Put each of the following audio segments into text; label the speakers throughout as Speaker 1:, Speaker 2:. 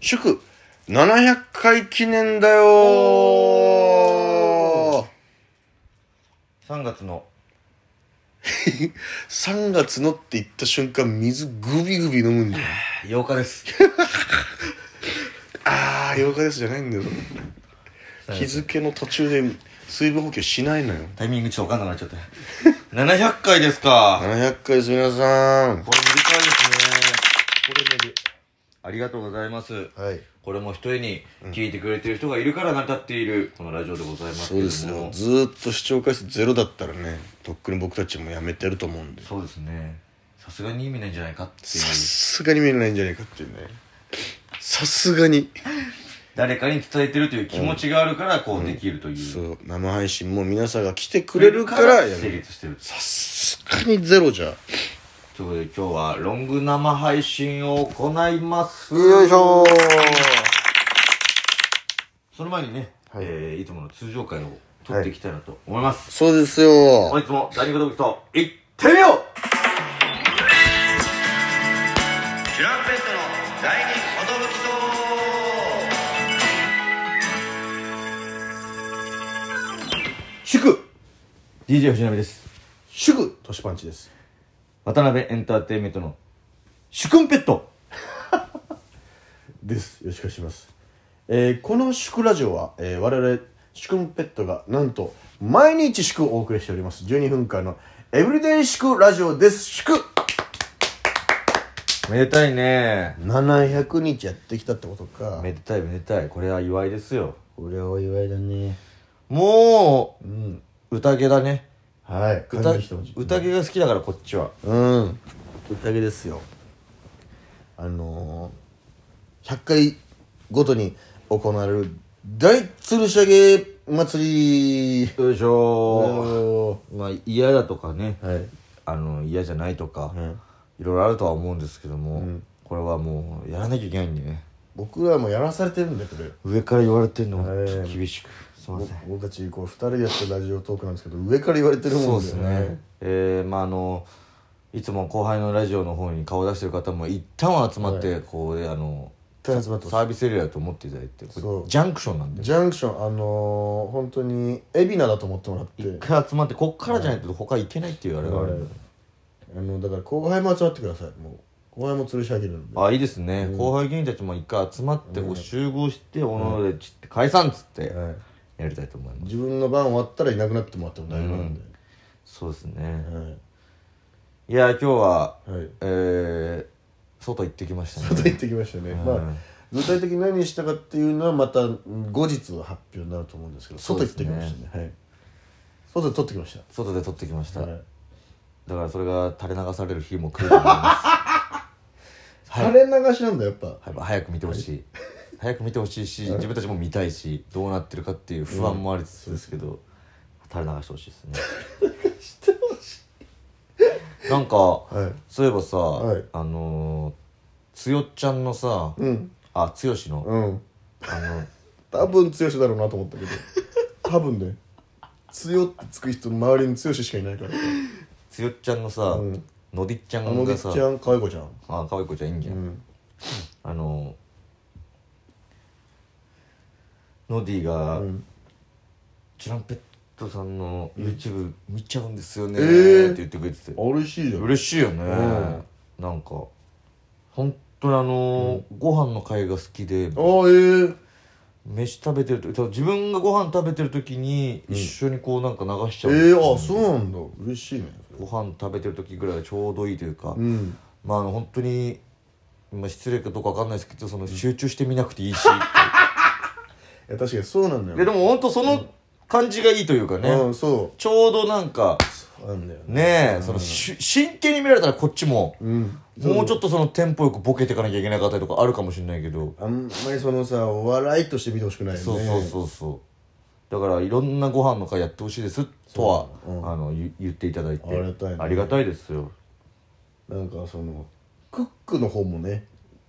Speaker 1: 祝700回記念だよ
Speaker 2: お3月の
Speaker 1: 3月のって言った瞬間水グビグビ飲むんだよ
Speaker 2: 8日です。
Speaker 1: あー8日ですじゃないんだよ 日付の途中で水分補給しないのよ
Speaker 2: タイミングちょっとわかんなくなっちゃった。700回ですか。
Speaker 1: 700回です皆さん
Speaker 2: これ無理回ですね。
Speaker 1: これまで
Speaker 2: ありがとうございます。
Speaker 1: はい
Speaker 2: これも一重に聞いてくれてる人がいるから成り立っている、このラジオでございます
Speaker 1: そ
Speaker 2: け
Speaker 1: う
Speaker 2: れど
Speaker 1: で
Speaker 2: も。
Speaker 1: すよずーっと視聴回数ゼロだったらねとっくに僕たちもやめてると思うんでさ
Speaker 2: そうですね。さすがに意味ないんじゃないかっていう。
Speaker 1: すがに見れないんじゃないかっていうねさすがに
Speaker 2: 誰かに伝えてるという気持ちがあるから、こうできるという。
Speaker 1: そう生配信も皆さんが来てくれるからや
Speaker 2: 成
Speaker 1: る
Speaker 2: 立してる。
Speaker 1: さすがにゼロじゃ
Speaker 2: ということで今日はロング生配信を行います。その前にね、
Speaker 1: はい
Speaker 2: い、えーいつもの通常回を取っていきたいなと思います。
Speaker 1: そうですよ
Speaker 2: 本日も第二個動物と行ってみよう
Speaker 1: チュランペットの第二驚き
Speaker 2: 祝 !DJ 藤波です。
Speaker 1: 主婦トシパンチです
Speaker 2: 渡辺エンターテインメントの主君ペット
Speaker 1: ですよろしくお願いします、えーこの祝ラジオは、えー我々祝ペットがなんと毎日祝をお送りしております12分間のエブリデイ祝ラジオです祝
Speaker 2: めでたいね
Speaker 1: 700日やってきたってことか
Speaker 2: めでたいめでたい。これは祝いですよ。
Speaker 1: これはお祝いだね
Speaker 2: もう、
Speaker 1: うん
Speaker 2: 宴だね。
Speaker 1: はい
Speaker 2: 歌
Speaker 1: 感じてほしい
Speaker 2: 宴が好きだからこっちは。
Speaker 1: うん宴ですよあのー、100回ごとに行われる大吊るし上げ祭り
Speaker 2: よいしょ
Speaker 1: お
Speaker 2: ー。まあ嫌だとかね、
Speaker 1: ーはい
Speaker 2: あの嫌じゃないとか、
Speaker 1: ん
Speaker 2: いろいろあるとは思うんですけども、これはもうやらなきゃいけないんでね。
Speaker 1: 僕らもやらされてるんだけど
Speaker 2: 上から言われてるの
Speaker 1: はい
Speaker 2: ちょっと厳しく。すいません。
Speaker 1: 僕たちこう2人でやってるラジオトークなんですけど上から言われてる
Speaker 2: そ
Speaker 1: も
Speaker 2: うんです
Speaker 1: で
Speaker 2: ね、えー、まああのいつも後輩のラジオの方に顔出してる方も一旦は集まって、こうあの
Speaker 1: 一旦集まってほしい
Speaker 2: サービスエリアだと思っていただいてこれ
Speaker 1: そう
Speaker 2: ジャンクションなんで
Speaker 1: ジャンクションあのー、本当に海老名だと思ってもらって
Speaker 2: 一回集まってこっからじゃないと他行けないっていうあれがあるんで、
Speaker 1: あのだから後輩も集まってくださいもう後輩も吊るし上げるんで
Speaker 2: あいいですね、後輩芸人たちも一回集まって、こう集合しておのおのでちって解散っつって
Speaker 1: はい
Speaker 2: やりたいと思います、
Speaker 1: 自分の番終わったらいなくなってもらっても大丈夫なんで、
Speaker 2: そうですね、
Speaker 1: はい
Speaker 2: いや今日は、
Speaker 1: はい
Speaker 2: えー、外行ってきましたね
Speaker 1: と言ってきましたね、まあ具体的に何したかっていうのはまた後日発表になると思うんですけど
Speaker 2: そう
Speaker 1: 外
Speaker 2: で
Speaker 1: 行っ
Speaker 2: す
Speaker 1: てき
Speaker 2: ね
Speaker 1: ましたねはい外で撮ってきまし、
Speaker 2: 外で撮ってきましたた、
Speaker 1: はい
Speaker 2: だからそれが垂れ流される日も来ると思います
Speaker 1: 垂れ流しなんだやっぱ
Speaker 2: 早く早く見てほしい早く見てほしいし自分たちも見たいしどうなってるかっていう不安もありつつですけど、垂れ流してほしいですねなんか、
Speaker 1: い
Speaker 2: そういえばさ、
Speaker 1: はい
Speaker 2: あのー、つよちゃんのさ、
Speaker 1: うん
Speaker 2: あつよしの、
Speaker 1: うん
Speaker 2: あの
Speaker 1: 多分剛だろうなと思ったけど多分ね強ってつく人周りに強ししかいないから
Speaker 2: つよちゃんのさ、
Speaker 1: ん
Speaker 2: のりっちゃ
Speaker 1: あの
Speaker 2: ん
Speaker 1: り
Speaker 2: が
Speaker 1: っ
Speaker 2: さ
Speaker 1: ちゃんかわいこちゃん
Speaker 2: あ可愛い子ちゃんいいんじゃん、
Speaker 1: うん
Speaker 2: あのノディが、
Speaker 1: ん
Speaker 2: チュランペットさんの YouTube 見ちゃうんですよね
Speaker 1: えー
Speaker 2: って言ってくれてて、
Speaker 1: 嬉しいじゃん
Speaker 2: 嬉しいよね、
Speaker 1: ん
Speaker 2: なんか本当にあのーご飯の会が好きで
Speaker 1: ああええ
Speaker 2: 飯食べてると多分自分がご飯食べてる時に一緒にこうなんか流しちゃうんです
Speaker 1: ええ
Speaker 2: よね
Speaker 1: あそうなんだ嬉しいね
Speaker 2: ご飯食べてる時ぐらいがちょうどいいというか、
Speaker 1: うん
Speaker 2: まああの本当にまあ失礼かどうかわかんないですけどその集中して見なくていいし、
Speaker 1: いや確かにそうなんだよ
Speaker 2: ででも本当その感じがいいというかね、
Speaker 1: うんそ
Speaker 2: ちょうどなんか
Speaker 1: うそうなんだよね
Speaker 2: ねえ、そのし真剣に見られたらこっちも、
Speaker 1: うん
Speaker 2: もうちょっとそのテンポよくボケていかなきゃいけなかったりとかあるかもしれないけど、
Speaker 1: あんまりそのさお笑いとして見てほしくないよね
Speaker 2: そうそうそうそうだからいろんなご飯の会やってほしいですとは、あの言言っていただいて
Speaker 1: ありがたいね
Speaker 2: ありがたいですよ
Speaker 1: なんかそのクックの方もね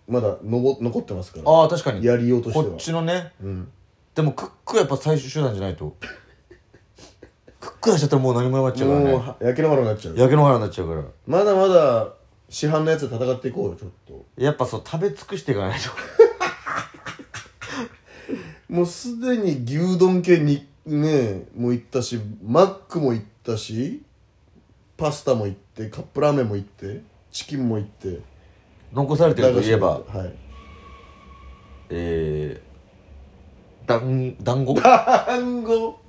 Speaker 1: まだのぼ残ってますから
Speaker 2: ああ確かに
Speaker 1: やりようとしては
Speaker 2: こっちのね、
Speaker 1: ん
Speaker 2: でもクックはやっぱ最終手段じゃないと クック出しちゃったらもう何もなくなっちゃうから
Speaker 1: もう
Speaker 2: ね
Speaker 1: は焼け野原になっちゃう
Speaker 2: 焼け野原になっちゃうから
Speaker 1: まだまだ市販のやつで戦っていこうよちょっと
Speaker 2: やっぱそう食べ尽くしていかないと
Speaker 1: もうすでに牛丼系にねもう行ったしマックも行ったしパスタも行ってカップラーメンも行ってチキンも行って
Speaker 2: 残されてるといえば
Speaker 1: 駄菓子も行ってはい
Speaker 2: えー、だん団子
Speaker 1: 団子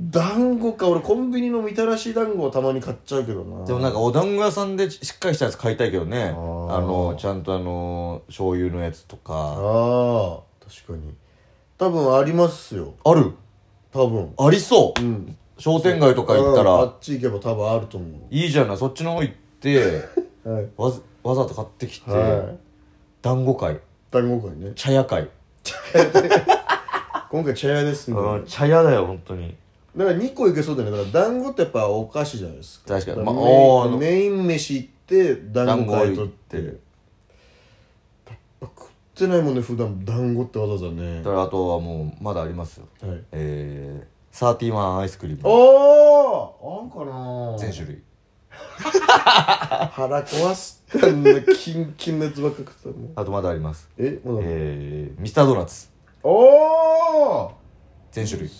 Speaker 1: 団子か俺コンビニのみたらし団子をたまに買っちゃうけどな
Speaker 2: でもなんかお団子屋さんでしっかりしたやつ買いたいけどねあ
Speaker 1: ー
Speaker 2: のちゃんとあの醤油のやつとか
Speaker 1: ああ確かに多分ありますよ
Speaker 2: ある
Speaker 1: 多分
Speaker 2: ありそう、
Speaker 1: ん
Speaker 2: 商店街とか行った
Speaker 1: うんあ
Speaker 2: ら
Speaker 1: っち行けば多分あると思
Speaker 2: いいじゃないそっちの方行 って
Speaker 1: うはい、
Speaker 2: わざわざと買ってきて、
Speaker 1: はい、
Speaker 2: 団子会
Speaker 1: 団子会ね
Speaker 2: 茶屋会、
Speaker 1: 今回茶屋ですねだ
Speaker 2: うん
Speaker 1: か
Speaker 2: 茶屋だよ本当に
Speaker 1: ら2個いけそうだよねだから団子ってやっぱお菓子じゃないですか
Speaker 2: 確かに
Speaker 1: だら
Speaker 2: まあ
Speaker 1: メイン
Speaker 2: あー
Speaker 1: メイン飯行って団子会と
Speaker 2: 団子
Speaker 1: っ
Speaker 2: 行って
Speaker 1: てやっぱ食ってないもんね普段団子ってわざわざね
Speaker 2: だからあとはもうまだありますよ
Speaker 1: はい
Speaker 2: えー、サーティワンアイスクリーム
Speaker 1: おーあんかな
Speaker 2: 全種類
Speaker 1: 腹壊すってあんなキンキンのやつばっか食ってたもん
Speaker 2: あとまだあります
Speaker 1: えまだ、
Speaker 2: えー、ミスタードーナツ
Speaker 1: おー
Speaker 2: 全種類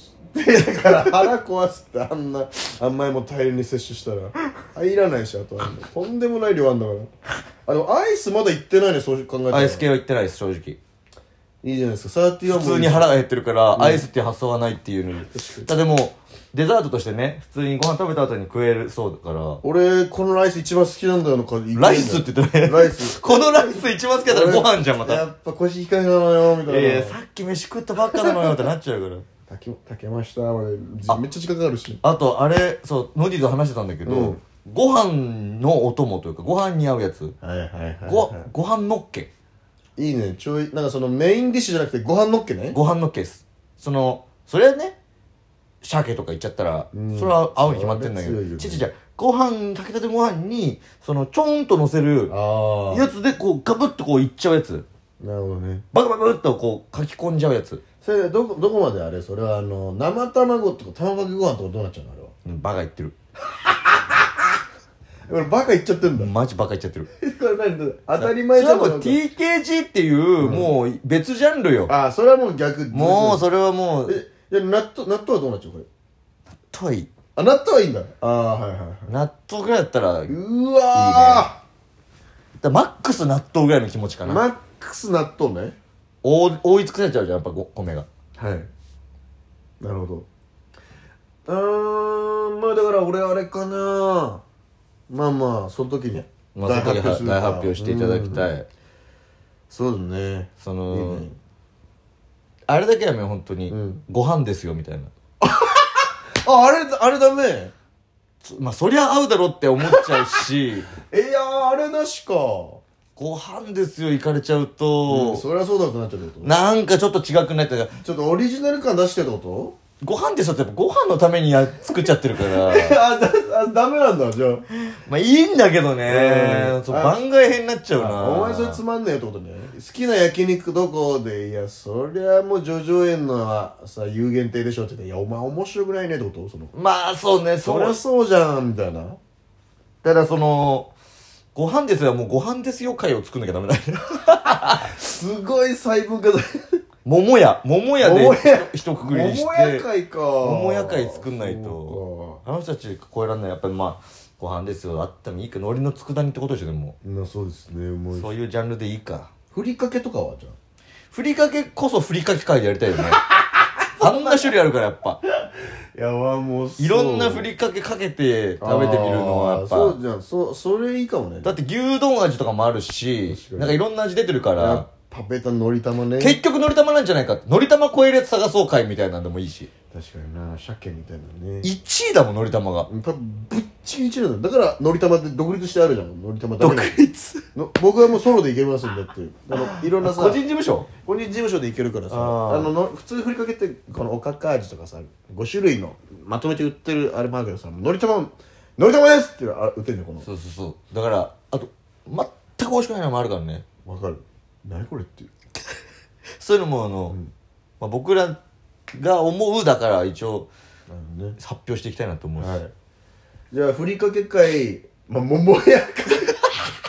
Speaker 1: だから腹壊すってあんな甘いもん大量に摂取したら入らないしあとあんなとんでもない量あんだからあのアイスまだ行ってないねそう考えたら
Speaker 2: アイス系は行ってないです正直
Speaker 1: いいじゃないですかサーティワン
Speaker 2: 普通に腹が減ってるから、アイスっていう発想はないっていうのにただでもデザートとしてね普通にご飯食べた後に食えるそうだから
Speaker 1: 俺このライス一番好きなんだよのか
Speaker 2: ライスって言ってね
Speaker 1: ライス
Speaker 2: このライス一番好きだったらご飯じゃんま
Speaker 1: や
Speaker 2: た
Speaker 1: っぱ腰控えなのよみたい
Speaker 2: い
Speaker 1: な
Speaker 2: やいやさっき飯食ったばっかなのよってなっちゃうから
Speaker 1: 炊け炊けました俺めっちゃ時間かかるし
Speaker 2: あとあれそうノディと話してたんだけど、
Speaker 1: うん
Speaker 2: ご飯のお供というかご飯に合うやつ
Speaker 1: はいはいはい、
Speaker 2: ごご飯のっけ
Speaker 1: いいねちょいなんかそのメインディッシュじゃなくてご飯のっけね
Speaker 2: ご飯のっけですそのそれはね鮭とかいっちゃったら、
Speaker 1: うん
Speaker 2: それは合うに決まってんだけ
Speaker 1: それは強い
Speaker 2: ど
Speaker 1: よね
Speaker 2: ちちじゃご飯炊きたてご飯にそのちょんと乗せる
Speaker 1: あ
Speaker 2: やつでこうガブッとこういっちゃうやつ
Speaker 1: なるほどね
Speaker 2: バクバクっとこう書き込んじゃうやつ
Speaker 1: それどこどこまであれそれはあの生卵とか卵かけご飯とかどうなっちゃうのあれは
Speaker 2: うんバカ言ってる
Speaker 1: 俺バカ言っちゃってんだ
Speaker 2: マジバカ言っちゃってる
Speaker 1: これ何だ当たり前じゃん
Speaker 2: それはもう TKG っていう、もう別ジャンルよ
Speaker 1: ああそれはもう逆
Speaker 2: もうそれはもう
Speaker 1: えいや納豆納豆はどうなっちゃうこれ
Speaker 2: とい
Speaker 1: あ納豆はいいんだああはいはいは
Speaker 2: 納豆ぐらいだったらだ
Speaker 1: い
Speaker 2: か
Speaker 1: うわ
Speaker 2: らマックス納豆ぐらいの気持ちか
Speaker 1: ー
Speaker 2: な、
Speaker 1: マックス納豆ね
Speaker 2: 覆覆い尽くされちゃうじゃんやっぱご米が
Speaker 1: はいなるほどうーんまあだから俺あれかなまあまあその時に
Speaker 2: まあ、その時は
Speaker 1: する
Speaker 2: 大発表していただき
Speaker 1: い
Speaker 2: たい、
Speaker 1: そうだね
Speaker 2: その
Speaker 1: いいね
Speaker 2: あれだけはね本当に、
Speaker 1: うん
Speaker 2: ご飯ですよみたいな
Speaker 1: ああれあれダメ
Speaker 2: そまあそりゃ合うだろうって思っちゃ うし
Speaker 1: えいやーあれなしか
Speaker 2: ご飯ですよ行かれちゃう
Speaker 1: う
Speaker 2: と
Speaker 1: ん、そりゃそうだってなっちゃうってこと
Speaker 2: なんかちょっと違くないっていうか
Speaker 1: ちょっとオリジナル感出してって こ
Speaker 2: ご飯ですよってやっぱご飯のためにや作っちゃってるから
Speaker 1: とあだあダメなんだじゃあ
Speaker 2: まあいいんだけどね、
Speaker 1: うん
Speaker 2: そう
Speaker 1: あ
Speaker 2: 番外編になっちゃうな
Speaker 1: あお前それつまんねえってことね好きな焼肉どこでいやそりゃもう叙々苑のさ有限定でしょって言っていやお前面白くないねってことその
Speaker 2: まあそうねそ
Speaker 1: そり
Speaker 2: れ
Speaker 1: ゃそうじゃんみたいな
Speaker 2: ただそのご飯ですよはもうご飯ですよ会を作んなきゃダメだね
Speaker 1: すごい細分化だ
Speaker 2: 桃屋桃屋で
Speaker 1: 桃屋
Speaker 2: ひとくくりにして
Speaker 1: 桃屋会か
Speaker 2: 桃屋会作んない
Speaker 1: そ
Speaker 2: とあの人たち超えらんないやっぱりまあご飯ですよあってもいいか海苔の佃煮ってことでしょでも
Speaker 1: うかなそうですねもう
Speaker 2: そういうジャンルでいいか
Speaker 1: ふりかけとかはじゃあ
Speaker 2: ふりかけこそふりかけ会でやりたいよね あんな種類あるからやっぱ
Speaker 1: いやわもう
Speaker 2: いろんなふりかけかけて食べてみるのはやっ
Speaker 1: あーそう
Speaker 2: ぱ
Speaker 1: じゃんそそれいいかもね
Speaker 2: だって牛丼味とかもあるし
Speaker 1: 確かに
Speaker 2: なんかいろんな味出てるか
Speaker 1: いや
Speaker 2: ら
Speaker 1: パペタのり玉ね
Speaker 2: 結局のり玉なんじゃないかってのり玉超えるやつ探そう会みたいなんでもいいし
Speaker 1: 確かにな鮭みたいなね
Speaker 2: 1位だもんのり玉が
Speaker 1: 多分ぶっちぎちなんだよだからのり玉って独立してあるじゃんのり玉ダメ
Speaker 2: 独
Speaker 1: なの
Speaker 2: 立
Speaker 1: の僕はもうソロでいけますんだっていうあのいろんなさ
Speaker 2: 個人事務所
Speaker 1: 個人事務所でいけるからさ
Speaker 2: あ
Speaker 1: あ
Speaker 2: ー
Speaker 1: のの普通ふりかけってこのおかか味とかさ5種類のまとめて売ってるあれもあるけどさのり玉のり玉ですっていうあ売ってんのこの
Speaker 2: そうそうそうだからあと全く美味しくないのもあるから ね
Speaker 1: わかる何これっていう
Speaker 2: そういうのもあの、まあ、僕らが思うだから一応
Speaker 1: なるほどね
Speaker 2: 発表していきたいなと思うし、
Speaker 1: はい、じゃあふりかけ会、まあ、桃屋会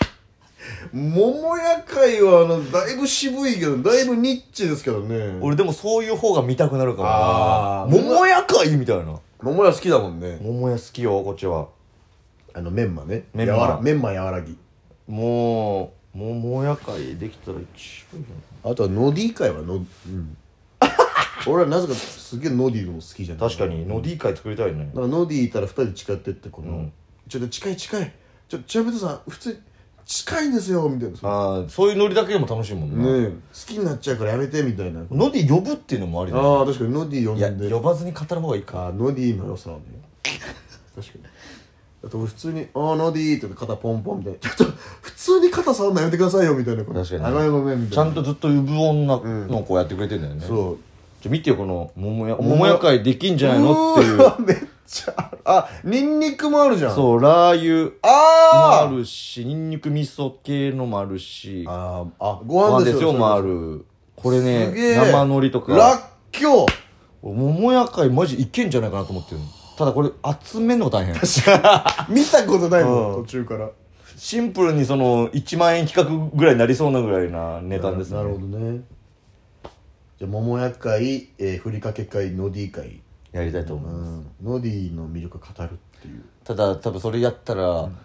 Speaker 1: 桃屋会はあのだいぶ渋いけどだいぶニッチですけどね
Speaker 2: 俺でもそういう方が見たくなるか
Speaker 1: あー
Speaker 2: もな桃屋かいみたいな
Speaker 1: 桃屋好きだもんね
Speaker 2: 桃屋好きよこっちは
Speaker 1: あのメンマね
Speaker 2: メンマ
Speaker 1: やわらメンマ和らぎ
Speaker 2: もう桃屋会できたら一番いいな
Speaker 1: あとはノディ会はの、うん、 俺はなぜかすげえノディも好きじゃない
Speaker 2: 確かにノディ会作りたいね
Speaker 1: だからノディいたら2人誓ってってこの、
Speaker 2: うん
Speaker 1: ちょっと近い近いちょっとチャベトさん普通に近いんですよみたいなね
Speaker 2: ああそういうノリだけでも楽しいもんね
Speaker 1: え好きになっちゃうからやめてみたいな
Speaker 2: ノディ呼ぶっていうのもありだね
Speaker 1: ああ確かにノディ呼
Speaker 2: いや
Speaker 1: んで
Speaker 2: 呼ばずに語る方がいいか
Speaker 1: あーノディの良さはね確かにあと俺普通に「ああノディ」って肩ポンポンみたいな「ちょっと普通に肩触んのやめてくださいよ」みたいな確
Speaker 2: 確かに
Speaker 1: あのごめんみた
Speaker 2: ち
Speaker 1: い
Speaker 2: ゃ
Speaker 1: なん
Speaker 2: とずっと産女の子やってくれてんだよね、じゃ
Speaker 1: そう
Speaker 2: あ見てよこの桃屋桃屋会できんじゃないのっていう
Speaker 1: う わめっちゃあるあニンニクもあるじゃんう
Speaker 2: そうラー油
Speaker 1: あ
Speaker 2: もあるしニンニク味噌系のもある
Speaker 1: ー
Speaker 2: し
Speaker 1: あーあご
Speaker 2: ご
Speaker 1: 飯で
Speaker 2: 飯ですす
Speaker 1: よ
Speaker 2: よもあ
Speaker 1: る
Speaker 2: るこれ
Speaker 1: すげえ
Speaker 2: ね生のりと
Speaker 1: らっ
Speaker 2: か
Speaker 1: きょう
Speaker 2: 桃屋会マジいけんじゃないかなと思ってるのただこれ集めんのが大変
Speaker 1: 見たことないもん、
Speaker 2: うん
Speaker 1: 途中から
Speaker 2: シンプルにその1万円企画ぐらいになりそうなぐらいなネタですね
Speaker 1: なるほどねじゃあ桃屋会、えーふりかけ会ノディ会、
Speaker 2: やりたいと思
Speaker 1: う
Speaker 2: います、
Speaker 1: ん、ノディの魅力語るっていう
Speaker 2: ただ多分それやったら、なんで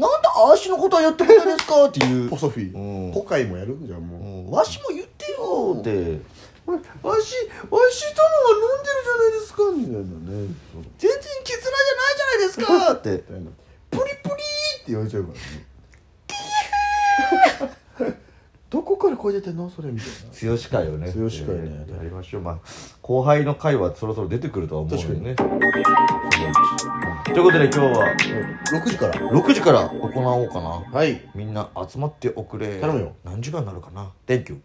Speaker 2: あーしのことはやってくれないですかって いう
Speaker 1: ポソフィー、
Speaker 2: うん
Speaker 1: ポカイもやるじゃんもう、
Speaker 2: うんわしも言ってよって
Speaker 1: 俺わしわし殿は飲んでるじゃないですかみたいなねそう
Speaker 2: 全然絆じゃないじゃないですかって
Speaker 1: みたいなプリプリーって言われちゃうからね どこから声出てんのそれみたいな
Speaker 2: 強し会をね
Speaker 1: 剛会ね
Speaker 2: えーやりましょうまあ後輩の会はそろそろ出てくるとは思うよねということで今日は
Speaker 1: 6時から
Speaker 2: 6時から行おうかな
Speaker 1: はい
Speaker 2: みんな集まっておくれ
Speaker 1: 頼むよ
Speaker 2: 何時間になるかな Thank you